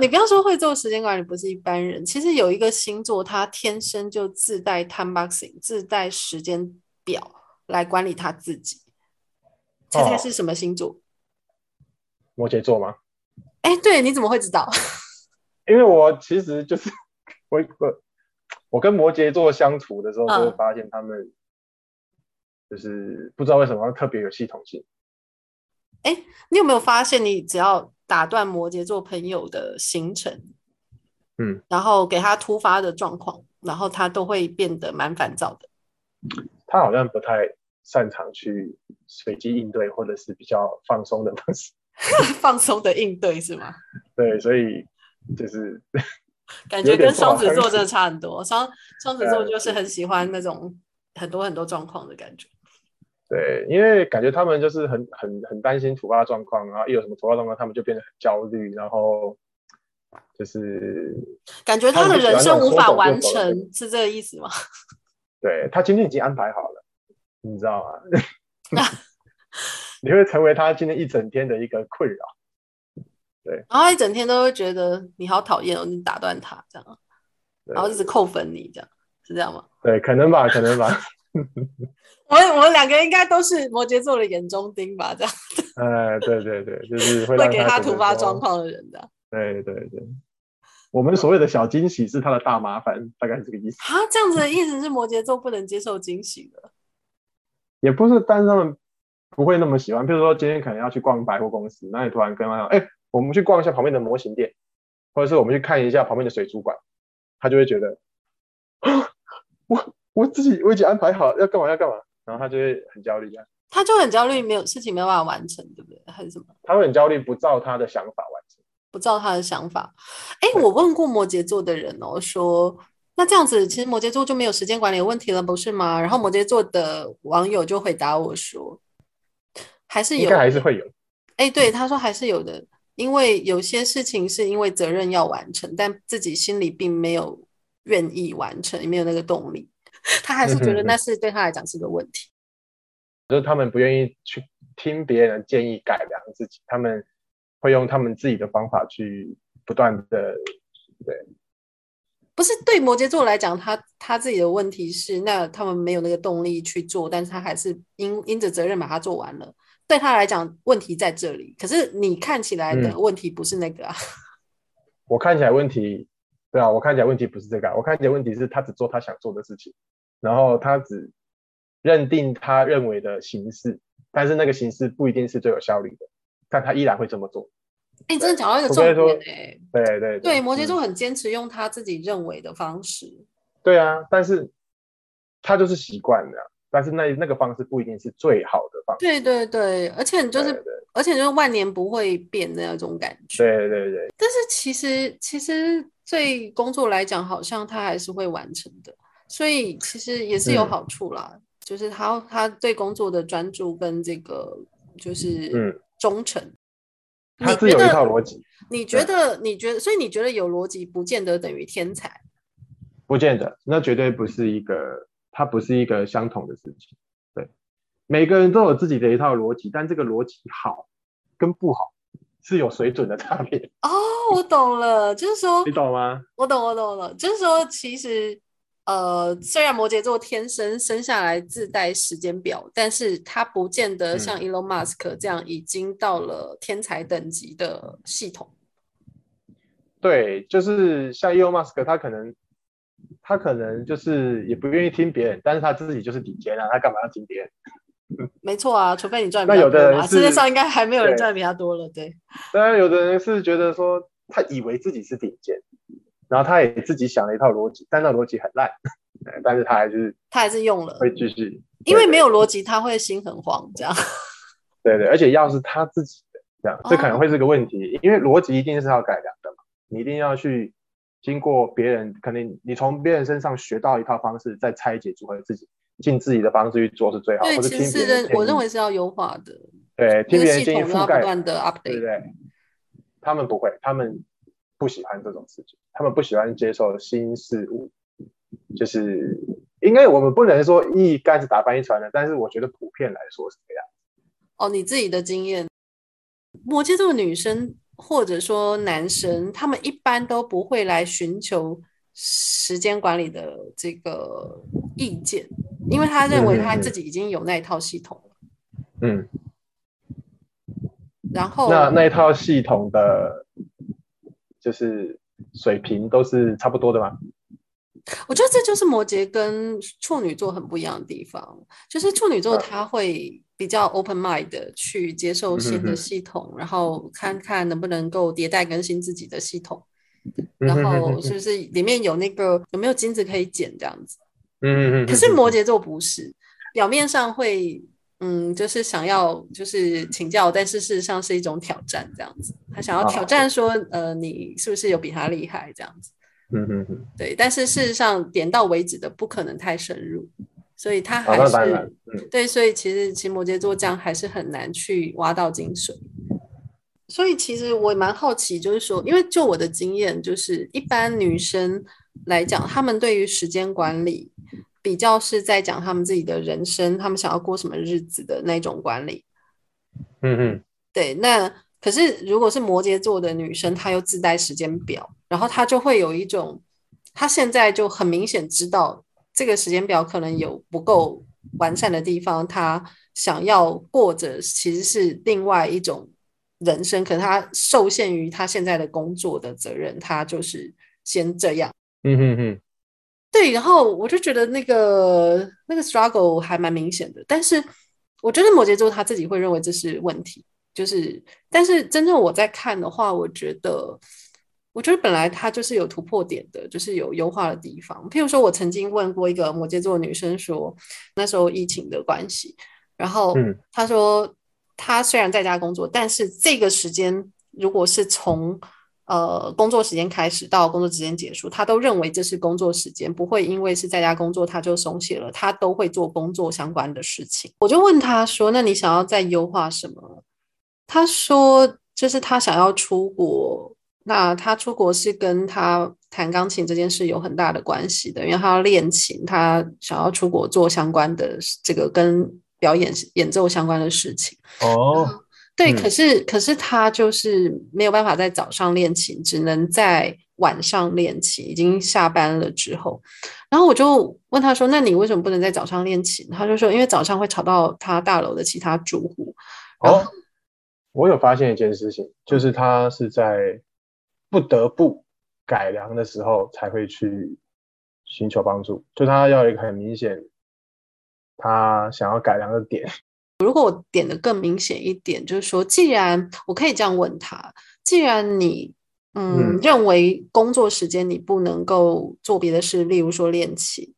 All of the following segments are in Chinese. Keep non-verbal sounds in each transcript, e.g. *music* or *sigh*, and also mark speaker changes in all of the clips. Speaker 1: 你不要说会做时间管理不是一般人，其实有一个星座，他天生就自带 time boxing，自带时间表来管理他自己。猜猜
Speaker 2: 哦
Speaker 1: 是什么星座？
Speaker 2: 摩羯座吗？
Speaker 1: 哎、对，你怎么会知道？ *laughs*
Speaker 2: 因为我其实就是 *laughs* 我我我跟摩羯座相处的时候，
Speaker 1: 嗯
Speaker 2: 就会发现他们就是不知道为什么特别有系统性。
Speaker 1: 你有没有发现，你只要打断摩羯座朋友的行程，
Speaker 2: 嗯，
Speaker 1: 然后给他突发的状况，然后他都会变得蛮烦躁的。 *laughs*
Speaker 2: 他好像不太擅长去随机应对，或者是比较放松的方式。 *laughs*
Speaker 1: 放松的应对是吗？
Speaker 2: 对，所以就是 *laughs*
Speaker 1: 感
Speaker 2: 有
Speaker 1: 觉
Speaker 2: 点
Speaker 1: 跟双
Speaker 2: 不好
Speaker 1: 子
Speaker 2: 相
Speaker 1: 座
Speaker 2: 处
Speaker 1: 真的差很多。双双子座
Speaker 2: 嗯
Speaker 1: 就是很喜欢那种很多很多状况的感觉。
Speaker 2: 对，因为感觉他们就是很很很担心突发状况，然后一有什么突发状况，他们就变得很焦虑，然后就是
Speaker 1: 感觉
Speaker 2: 他
Speaker 1: 他的
Speaker 2: 们就喜
Speaker 1: 人
Speaker 2: 欢
Speaker 1: 生
Speaker 2: 那种
Speaker 1: 无法
Speaker 2: 说走就
Speaker 1: 完
Speaker 2: 走的
Speaker 1: 成，是这个意思吗？ *laughs*
Speaker 2: 对他今天已经安排好了，你知道
Speaker 1: *laughs*
Speaker 2: 吗？*laughs* 你会成为他今天一整天的一个困扰。
Speaker 1: 然后他一整天都会觉得你好讨厌哦，你打断他这样，
Speaker 2: 对
Speaker 1: 然后一直扣分你这样，是这样吗？
Speaker 2: 对，可能吧，可能吧。
Speaker 1: 我们我们两个应该都是摩羯座的眼中钉吧，这样
Speaker 2: 呃，对对对，就是
Speaker 1: 会
Speaker 2: 会让
Speaker 1: 给他
Speaker 2: 他
Speaker 1: 突发状
Speaker 2: 装。
Speaker 1: 况的人的。 *laughs*
Speaker 2: 对对对，我们所谓的小惊喜是他的大麻烦，大概是这个意思。
Speaker 1: 啊，这样子的意思是摩羯座不能接受惊喜的。
Speaker 2: 也不是，但是他们不会那么喜欢。比如说今天可能要去逛百货公司，那你突然跟他讲，哎、我们去逛一下旁边的模型店，或者是我们去看一下旁边的水族馆，他就会觉得，啊我我自己我已经安排好要干嘛要干嘛，然后他就会很焦虑这样，啊
Speaker 1: 他就很焦虑，没有事情没有办法完成，对不对？还是什么？
Speaker 2: 他会很焦虑，不照他的想法完成。
Speaker 1: 不照他的想法。哎，
Speaker 2: 对
Speaker 1: 我问过摩羯座的人哦，说那这样子，其实摩羯座就没有时间管理的问题了，不是吗？然后摩羯座的网友就回答我说，还是
Speaker 2: 应
Speaker 1: 有
Speaker 2: 该，还是会有，
Speaker 1: 哎，对，他说还是有的，因为有些事情是因为责任要完成，但自己心里并没有愿意完成，没有那个动力， *laughs* 他还是觉得
Speaker 2: 嗯嗯嗯
Speaker 1: 那是对他来讲是个问题。
Speaker 2: 就是他们不愿意去听别人的建议改良自己，他们会用他们自己的方法去不断的
Speaker 1: 不是对摩羯座来讲，他他自己的问题是，那他们没有那个动力去做，但是他还是因因着责任把它做完了。对他来讲，问题在这里。可是你看起来
Speaker 2: 嗯
Speaker 1: 的问题不是那个啊， *laughs*
Speaker 2: 我看起来问题，对啊，我看起来问题不是这个啊、我看起来问题是他只做他想做的事情，然后他只认定他认为的形式，但是那个形式不一定是最有效率的，但他依然会这么做。
Speaker 1: 哎、你真的讲到一个
Speaker 2: 除
Speaker 1: 重
Speaker 2: 非
Speaker 1: 点哎、
Speaker 2: 对对对，
Speaker 1: 对，摩羯
Speaker 2: 嗯
Speaker 1: 座很坚持用他自己认为的方式。
Speaker 2: 对啊，但是他就是习惯了啊、但是那那个方式不一定是最好的方式。
Speaker 1: 对对对，而且你就是，
Speaker 2: 对对
Speaker 1: 而且就是万年不会变的那种感觉。
Speaker 2: 对对对，
Speaker 1: 但是其实其实对工作来讲，好像他还是会完成的，所以其实也是有
Speaker 2: 嗯
Speaker 1: 好处啦，就是他他对工作的专注跟这个就是
Speaker 2: 嗯，
Speaker 1: 忠诚。
Speaker 2: 他
Speaker 1: 你
Speaker 2: 是
Speaker 1: 觉
Speaker 2: 有一套
Speaker 1: 得？
Speaker 2: 逻辑，
Speaker 1: 你觉得？你觉得？所以你觉得有逻辑，不见得等于天才。
Speaker 2: 不见得，那绝对不是一个，它不是一个相同的事情。对，每个人都有自己的一套逻辑，但这个逻辑好跟不好是有水准的差别，
Speaker 1: 哦，我懂了，就是说
Speaker 2: *laughs* 你，懂吗？
Speaker 1: 我懂，我懂，我懂，就是说，其实，呃，虽然摩羯座天生生下来自带时间表，但是他不见得像
Speaker 2: 嗯
Speaker 1: Elon Musk 这样已经到了天才等级的系统。
Speaker 2: 对，就是像 Elon Musk，他可能他可能就是也不愿意听别人，但是他自己就是顶尖啊，他干嘛要听别人？
Speaker 1: 没错啊，除非你赚比
Speaker 2: 那
Speaker 1: 他
Speaker 2: 有的
Speaker 1: 多
Speaker 2: 人
Speaker 1: 嘛，
Speaker 2: 是
Speaker 1: 世界上应该还没有人
Speaker 2: 对
Speaker 1: 赚比他多了，对。
Speaker 2: 当啊然，有的人是觉得说他以为自己是顶尖，然后他也自己想了一套逻辑，但那逻辑很烂， *laughs* 但是他还是
Speaker 1: 他还是用了，
Speaker 2: 会继续，
Speaker 1: 因为
Speaker 2: 对
Speaker 1: 没有逻辑，他会心很慌。这样
Speaker 2: 对对，而且要是他自己的这样，这可
Speaker 1: 哦
Speaker 2: 能会是个问题，因为逻辑一定是要改良的嘛，你一定要去经过别人，可能你从别人身上学到一套方式，再拆解组合自己，尽自己的方式去做是最好，
Speaker 1: 对
Speaker 2: 啊或，者
Speaker 1: 其
Speaker 2: 听
Speaker 1: 实
Speaker 2: 别
Speaker 1: 是
Speaker 2: 人的
Speaker 1: 认
Speaker 2: 建议
Speaker 1: 我认为是要优化的，
Speaker 2: 对，
Speaker 1: 这
Speaker 2: 听
Speaker 1: 个
Speaker 2: 别人
Speaker 1: 系
Speaker 2: 建议
Speaker 1: 统
Speaker 2: 覆
Speaker 1: 要不
Speaker 2: 盖，
Speaker 1: 断的
Speaker 2: 对不
Speaker 1: update。
Speaker 2: 对？他们不会，他们不喜欢这种事情，他们不喜欢接受新事物，就是应该我们不能说一竿子打翻一船的，但是我觉得普遍来说是这样。
Speaker 1: 哦，你自己的经验，摩羯座的女生，或者说男生，他们一般都不会来寻求时间管理的这个意见，因为他认为他自己已经有那一套系统了。
Speaker 2: 嗯，
Speaker 1: 然后
Speaker 2: 那那一套系统的，就是水平都是差不多的吗？
Speaker 1: 我觉得这就是摩羯跟处女座很不一样的地方，就是处女座
Speaker 2: 嗯
Speaker 1: 他会比较 open mind 的去接受新
Speaker 2: 嗯
Speaker 1: 的系统，然后看看能不能够迭代更新自己的系统，
Speaker 2: 嗯
Speaker 1: 然后是不是里面有那个有没有金子可以捡这样子。
Speaker 2: 嗯嗯嗯。
Speaker 1: 可是摩羯座不是，表面上会嗯，就是想要就是请教，但是事实上是一种挑战这样子。他想要挑战说，呃，你是不是有比他厉害这样子。
Speaker 2: 嗯嗯嗯，
Speaker 1: 对，但是事实上点到为止的不可能太深入，所以他
Speaker 2: 好，
Speaker 1: 还
Speaker 2: 哦那
Speaker 1: 是、
Speaker 2: 当然，嗯
Speaker 1: 对，所以其实其实摩羯座这样还是很难去挖到精髓。所以其实我也蛮好奇，就是说，因为就我的经验，就是一般女生来讲，她们对于时间管理比较是在讲她们自己的人生，她们想要过什么日子的那种管理。
Speaker 2: 嗯嗯
Speaker 1: 对，那可是如果是摩羯座的女生，她又自带时间表，然后她就会有一种，她现在就很明显知道这个时间表可能有不够完善的地方，她想要过着其实是另外一种人生，可是她受限于她现在的工作的责任，她就是先这样。
Speaker 2: 嗯嗯嗯，
Speaker 1: 对，然后我就觉得那个那个 struggle 还蛮明显的，但是我觉得摩羯座他自己会认为这是问题，就是但是真正我在看的话，我觉得我觉得本来他就是有突破点的，就是有优化的地方。譬如说，我曾经问过一个摩羯座女生说，那时候疫情的关系，然后
Speaker 2: 嗯
Speaker 1: 她说她虽然在家工作，但是这个时间如果是从呃工作时间开始到工作时间结束，他都认为这是工作时间，不会因为是在家工作他就松懈了，他都会做工作相关的事情。我就问他说：“那你想要再优化什么？”他说：“就是他想要出国。”那他出国是跟他弹钢琴这件事有很大的关系的，因为他要练琴，他想要出国做相关的这个跟表演演奏相关的事情。
Speaker 2: 哦，
Speaker 1: 对，
Speaker 2: 嗯
Speaker 1: 可是可是他就是没有办法在早上练琴，只能在晚上练琴，已经下班了之后。然后我就问他说：“那你为什么不能在早上练琴？”他就说：“因为早上会吵到他大楼的其他住户。”然后
Speaker 2: 哦，我有发现一件事情，就是他是在不得不改良的时候才会去寻求帮助，就他要有一个很明显他想要改良的点。
Speaker 1: 点的更明显一点，就是说，既然我可以这样问他，既然你嗯
Speaker 2: 嗯
Speaker 1: 认为工作时间你不能够做别的事，例如说练琴，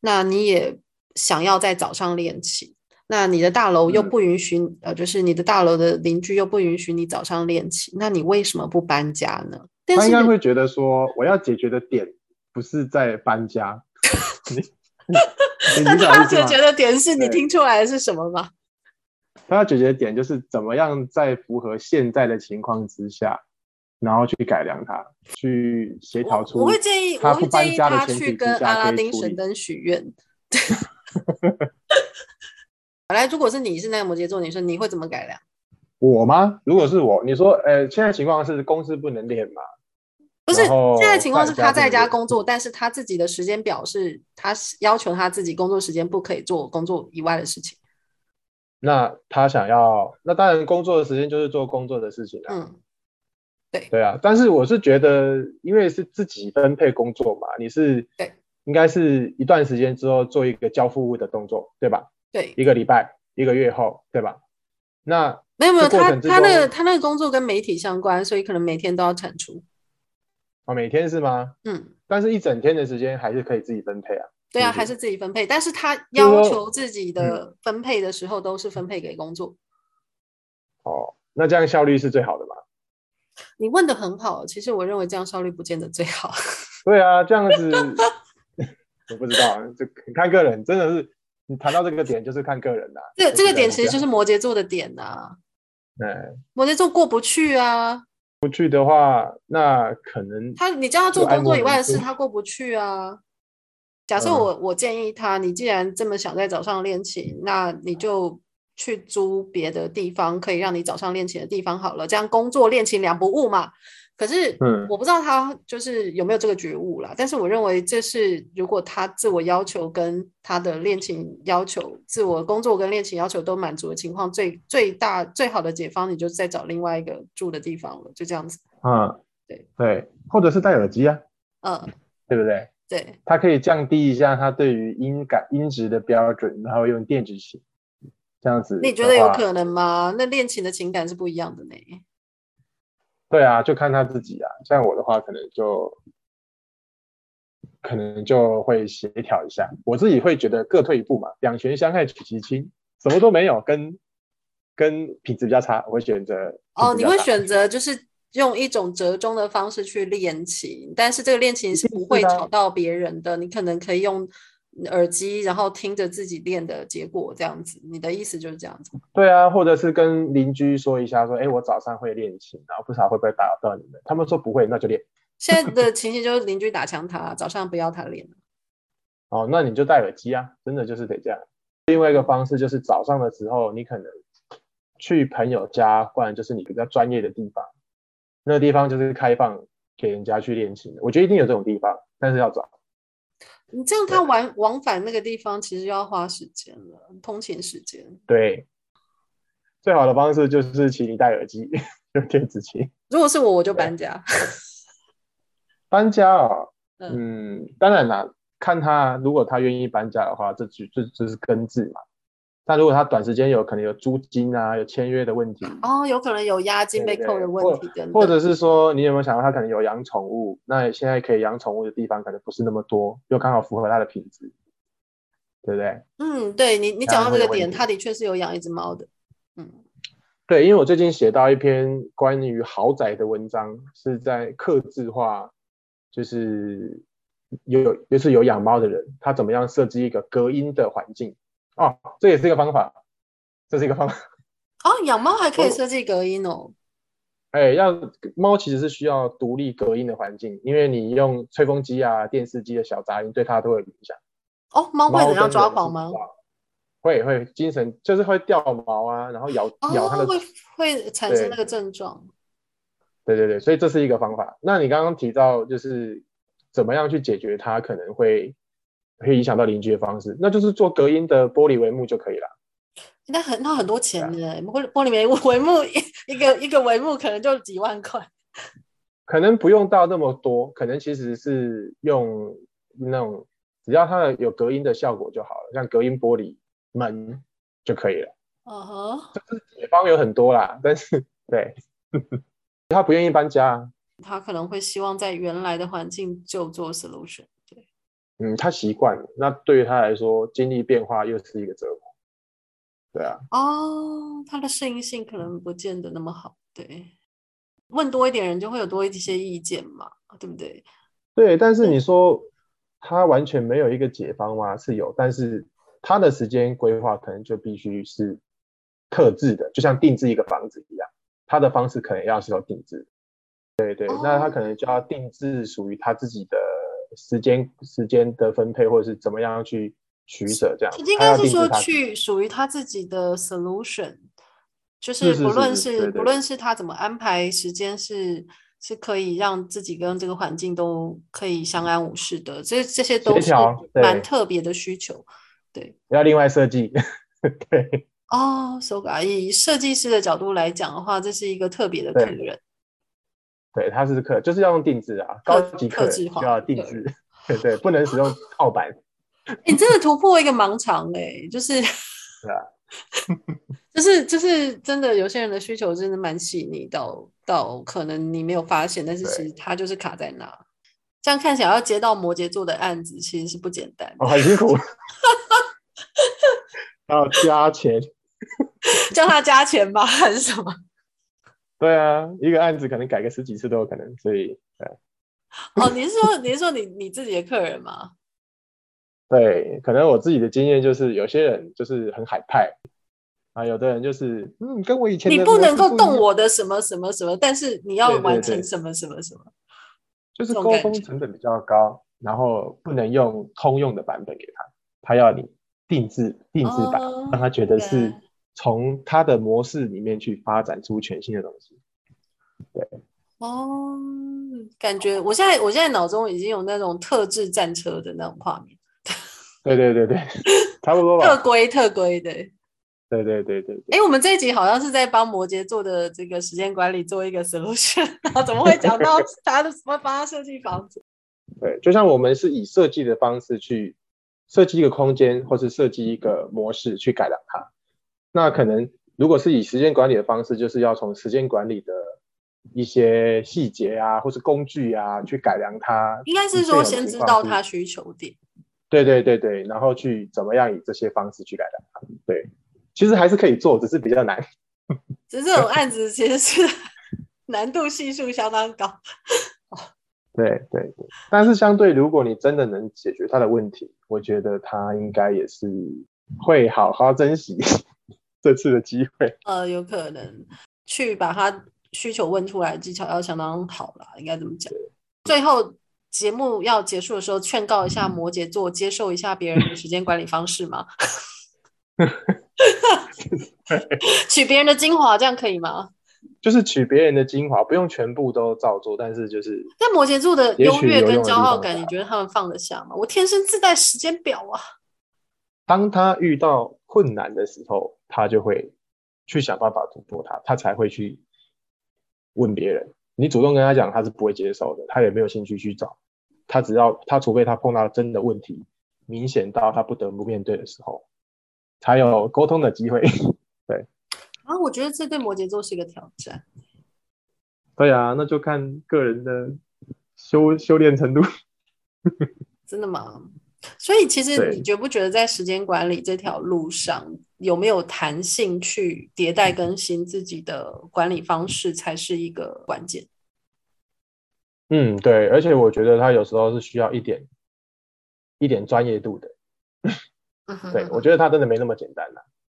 Speaker 1: 那你也想要在早上练琴，那你的大楼又
Speaker 2: 嗯
Speaker 1: 不允许，呃，就是你的大楼的邻居又不允许你早上练琴，那你为什么不搬家呢？但
Speaker 2: 他
Speaker 1: 是
Speaker 2: 应该会觉得说，我要解决的点不是在
Speaker 1: *laughs*
Speaker 2: 搬家，你你你
Speaker 1: 那
Speaker 2: 你懂我
Speaker 1: 他
Speaker 2: 意思
Speaker 1: 解
Speaker 2: 吗？
Speaker 1: 决的点是你
Speaker 2: 对
Speaker 1: 听出来是什么吗？
Speaker 2: 他要解决的点就是怎么样在符合现在的情况之下，然后去改良它，去协调
Speaker 1: 我
Speaker 2: 出
Speaker 1: 我会建议，
Speaker 2: 他
Speaker 1: 我
Speaker 2: 不
Speaker 1: 会
Speaker 2: 搬
Speaker 1: 建议
Speaker 2: 家的
Speaker 1: 他
Speaker 2: 前提
Speaker 1: 去
Speaker 2: 之
Speaker 1: 跟
Speaker 2: 下
Speaker 1: 阿
Speaker 2: 可
Speaker 1: 拉
Speaker 2: 以
Speaker 1: 丁
Speaker 2: 处
Speaker 1: 神
Speaker 2: 理
Speaker 1: 灯许愿。
Speaker 2: *laughs*
Speaker 1: 本来，如果是你是那个摩羯座女生，你会怎么改良？
Speaker 2: 我吗？如果是我，你说，呃，现在情况是公司不能练嘛？
Speaker 1: 不是
Speaker 2: 然后
Speaker 1: 现在情况是
Speaker 2: 大家
Speaker 1: 他在
Speaker 2: 会
Speaker 1: 家工作，但是他自己的时间表是他要求他自己工作时间不可以做工作以外的事情。
Speaker 2: 那他想要，那当然工作的时间就是做工作的事情啊。
Speaker 1: 嗯，
Speaker 2: 对啊，但是我是觉得，因为是自己分配工作嘛，你是
Speaker 1: 对，
Speaker 2: 应该是一段时间之后做一个交付物的动作，对吧？
Speaker 1: 对，
Speaker 2: 一个礼拜、一个月后，对吧？那
Speaker 1: 没有没有，
Speaker 2: 这过
Speaker 1: 他
Speaker 2: 程之
Speaker 1: 他那个
Speaker 2: 中
Speaker 1: 他那个工作跟媒体相关，所以可能每天都要产出。
Speaker 2: 啊，每天是吗？
Speaker 1: 嗯，
Speaker 2: 但是一整天的时间还是可以自己分配啊。
Speaker 1: 对啊，
Speaker 2: 是
Speaker 1: 还是自己分配，但是他
Speaker 2: 是说嗯
Speaker 1: 要求自己的分配的时候都是分配给工作。
Speaker 2: 哦，那这样效率是最好的嘛？
Speaker 1: 你问的很好，其实我认为这样效率不见得最好。 *laughs*
Speaker 2: 对啊，这样子我不知道，啊这看个人，真的是你谈到这个点就是看个人啦、
Speaker 1: 这这个点
Speaker 2: 就
Speaker 1: 其实就是是摩羯座的点啊，
Speaker 2: 这样，嗯，
Speaker 1: 摩羯座过不去啊。
Speaker 2: 不去的话，那可能
Speaker 1: 他你叫他做
Speaker 2: 就按
Speaker 1: 工作
Speaker 2: 摩
Speaker 1: 以外的
Speaker 2: 人
Speaker 1: 事，
Speaker 2: 数
Speaker 1: 他过不去啊。假设
Speaker 2: 嗯
Speaker 1: 我我建议他，你既然这么想在早上练琴，那你就去租别的地方，可以让你早上练琴的地方好了，这样工作练琴两不误嘛。可是
Speaker 2: 嗯
Speaker 1: 我不知道他就是有没有这个觉悟啦，但是我认为这是如果他自我要求跟他的练琴要求、自我工作跟练琴要求都满足的情况，最最大最好的解方，你就再找另外一个住的地方了，就这样子。
Speaker 2: 嗯，
Speaker 1: 对
Speaker 2: 对，或者是戴耳机啊，
Speaker 1: 嗯，
Speaker 2: 对不对？
Speaker 1: 对，
Speaker 2: 它可以降低一下它对于音感音质的标准，然后用电子琴这样子。
Speaker 1: 你觉得有？可能吗？那练琴的情感是不一样的呢。
Speaker 2: 对啊，就看他自己啊。像我的话，可能就可能就会协调一下。我自己会觉得各退一步嘛，两全相害取其轻，什么都没有，跟跟品质比较差，我会选择
Speaker 1: 哦，你
Speaker 2: 品质比较
Speaker 1: 会
Speaker 2: 差
Speaker 1: 选择就是用一种折中的方式去练琴，但是这个练琴是
Speaker 2: 一定
Speaker 1: 不
Speaker 2: 是
Speaker 1: 会
Speaker 2: 的啊
Speaker 1: 吵到别人的，你可能可以用耳机，然后听着自己练的结果这样子。你的意思就是这样子？
Speaker 2: 对啊，或者是跟邻居说一下，说，哎，我早上会练琴，然后不知道会不会打扰到你们。他们说不会，那就练。
Speaker 1: 现在的情形就是邻居打墙他，早上不要他练。
Speaker 2: 哦，那你就戴耳机啊，真的就是得这样。另外一个方式就是早上的时候，你可能去朋友家，不然就是你比较专业的地方，那个地方就是开放给人家去练琴的。我觉得一定有这种地方，但是要找。
Speaker 1: 你这样他往往返那个地方其实要花时间了，通勤时间。
Speaker 2: 对，最好的方式就是请你戴耳机，用电子琴。
Speaker 1: 如果是我，我就搬家。 *laughs*
Speaker 2: 搬家哦，
Speaker 1: 嗯
Speaker 2: 嗯，当然啦，看他如果他愿意搬家的话，这就这就是根治嘛。但如果他短时间有可能有租金啊，有签约的问题，
Speaker 1: 哦，有可能有押金被
Speaker 2: 对对
Speaker 1: 扣的问题等等，
Speaker 2: 或者是说你有没有想到他可能有养宠物，那现在可以养宠物的地方可能不是那么多，又刚好符合他的品质，对不对？
Speaker 1: 嗯，对你你
Speaker 2: 当
Speaker 1: 讲到这
Speaker 2: 然会有
Speaker 1: 个点，
Speaker 2: 问题
Speaker 1: 他的确是有养一只猫的，嗯。
Speaker 2: 对，因为我最近写到一篇关于豪宅的文章，是在克制化，就是有就是有养猫的人，他怎么样设计一个隔音的环境哦，这也是一个方法，这是一个方法。
Speaker 1: 哦，养猫还可以
Speaker 2: 我
Speaker 1: 设计隔音哦。
Speaker 2: 哎，要猫其实是需要独立隔音的环境，因为你用吹风机啊、电视机的小杂音对它都会有影响。
Speaker 1: 哦，猫会
Speaker 2: 猫
Speaker 1: 怎样
Speaker 2: 跟
Speaker 1: 抓
Speaker 2: 人
Speaker 1: 狂
Speaker 2: 是
Speaker 1: 吗
Speaker 2: 不？一样？会会精神就是会掉毛啊，然后咬、咬它
Speaker 1: 哦，
Speaker 2: 的，
Speaker 1: 会会产生
Speaker 2: 对
Speaker 1: 那个症状。
Speaker 2: 对对对，所以这是一个方法。那你刚刚提到就是怎么样去解决它可能会会影响到邻居的方式，那就是做隔音的玻璃帷幕就可以了。
Speaker 1: 那很那很多钱
Speaker 2: 啊
Speaker 1: 呢，玻璃玻璃帷幕帷幕一一个一个帷幕可能就几万块。
Speaker 2: 可能不用到那么多，可能其实是用那种只要它有隔音的效果就好了，像隔音玻璃门就可以了。
Speaker 1: 嗯哼，
Speaker 2: 解方有很多啦，但是对他不愿意搬家啊。
Speaker 1: 他可能会希望在原来的环境就做 solution。对，
Speaker 2: 嗯，他习惯了，那对于他来说，经历变化又是一个折磨。对啊，
Speaker 1: 哦，他的适应性可能不见得那么好。对，问多一点人就会有多一些意见嘛，对不对？
Speaker 2: 对，但是你说他完全没有一个解方吗？是有，但是他的时间规划可能就必须是特制的，就像定制一个房子一样，他的方式可能要是有定制。对对，那他可能就要定制属于他自己的时间时间的分配，或者是怎么样去取舍这样。
Speaker 1: 应
Speaker 2: 他
Speaker 1: 该
Speaker 2: 要
Speaker 1: 是
Speaker 2: 定制
Speaker 1: 说
Speaker 2: 他
Speaker 1: 去属于他自己的 solution，就是
Speaker 2: 是
Speaker 1: 不
Speaker 2: 是
Speaker 1: 论
Speaker 2: 是对
Speaker 1: 不
Speaker 2: 对
Speaker 1: 论是他怎么安排时间是。是可以让自己跟这个环境都可以相安无事的，这这些都
Speaker 2: 协
Speaker 1: 是
Speaker 2: 调对
Speaker 1: 蛮特别的需求。
Speaker 2: 要另外设计。 *laughs* 对。
Speaker 1: 哦，so ga，以设计师的角度来讲的话，这是一个特别的客
Speaker 2: 对
Speaker 1: 人。
Speaker 2: 对，它是客，就是要用定制啊，
Speaker 1: 客
Speaker 2: 高级客
Speaker 1: 客制
Speaker 2: 人
Speaker 1: 化
Speaker 2: 就要定制， *laughs* 对对，不能使用套版，
Speaker 1: 你真的突破一个盲肠哎、就是
Speaker 2: 啊，
Speaker 1: 就是就是真的，有些人的需求真的蛮细腻到到可能你没有发现，但是其
Speaker 2: 对
Speaker 1: 实他就是卡在那。这样看起来要接到摩羯座的案子，其实是不简单的
Speaker 2: 哦，。很辛苦， *laughs* 还要加钱，
Speaker 1: 叫他加钱吧，还是什么？
Speaker 2: 对啊，一个案子可能改个十几次都有可能，所以
Speaker 1: 哦，你是说你是说你你自己的客人
Speaker 2: *laughs*
Speaker 1: 吗？
Speaker 2: 对，可能我自己的经验就是，有些人就是很海派啊，有的人就是嗯，跟我以前
Speaker 1: 你
Speaker 2: 的
Speaker 1: 不
Speaker 2: 模
Speaker 1: 能
Speaker 2: 式
Speaker 1: 够
Speaker 2: 一
Speaker 1: 动
Speaker 2: 样，
Speaker 1: 我的什么什么什么，但是你要
Speaker 2: 对对
Speaker 1: 完
Speaker 2: 对
Speaker 1: 成什么什么什么。
Speaker 2: 就是
Speaker 1: 这种
Speaker 2: 沟
Speaker 1: 感
Speaker 2: 通
Speaker 1: 觉
Speaker 2: 成本比较高，然后不能用通用的版本给他，他要你定制定制版，
Speaker 1: 哦
Speaker 2: 让他觉得
Speaker 1: 对
Speaker 2: 是从它的模式里面去发展出全新的东西。对，
Speaker 1: 哦，感觉我现在我现在脑中已经有那种特制战车的那种画面，
Speaker 2: 对对对对，差不多
Speaker 1: 特
Speaker 2: 吧。
Speaker 1: 规特规的。
Speaker 2: 对对对对对，
Speaker 1: 哎，我们这一集好像是在帮摩羯座的这个时间管理做一个 solution，然 *laughs* 后怎么会讲到他的什么帮他设计房 *laughs* 子？
Speaker 2: 对，就像我们是以设计的方式去设计一个空间，或是设计一个模式去改良它。那可能如果是以时间管理的方式，就是要从时间管理的一些细节啊，或是工具啊，去改良它。
Speaker 1: 应该是说啊先知道他需求点。
Speaker 2: 对对对对，然后去怎么样以这些方式去改良它。对，其实还是可以做，只是比较难。
Speaker 1: 只是这种案子其实是 *laughs* 难度系数相当高。
Speaker 2: 对对对，但是相对，如果你真的能解决他的问题，我觉得他应该也是会好好珍惜 *laughs* 这次的机会。
Speaker 1: 呃，有可能去把他需求问出来，技巧要相当好啦，应该怎么讲？最后节目要结束的时候，劝告一下摩羯座，接受一下别人的时间管理方式嘛， *laughs* 取别人的精华，这样可以吗？
Speaker 2: 就是取别人的精华，不用全部都照做，但是就是
Speaker 1: 但摩羯座的
Speaker 2: 也
Speaker 1: 优
Speaker 2: 许
Speaker 1: 越
Speaker 2: 有
Speaker 1: 跟
Speaker 2: 用的
Speaker 1: 骄
Speaker 2: 地
Speaker 1: 傲
Speaker 2: 方
Speaker 1: 感，
Speaker 2: 吧
Speaker 1: 你觉得他们放得下吗？我天生自带时间表啊！
Speaker 2: 当他遇到困难的时候，他就会去想办法突破它，他才会去问别人。你主动跟他讲，他是不会接受的，他也没有兴趣去找。他只要他，除非他碰到真的问题，明显到他不得不面对的时候，才有沟通的机会。 *laughs*
Speaker 1: 啊，我觉得这对摩羯座是一个挑战。
Speaker 2: 对啊，那就看个人的修修炼程度。 *laughs*
Speaker 1: 真的吗？所以其实
Speaker 2: 对
Speaker 1: 你觉不觉得在时间管理这条路上，有没有弹性去迭代更新自己的管理方式，才是一个关键。
Speaker 2: 嗯，对，而且我觉得他有时候是需要一
Speaker 1: 嗯
Speaker 2: 点一点专业度的。对，我觉得他真的没那么简单啦、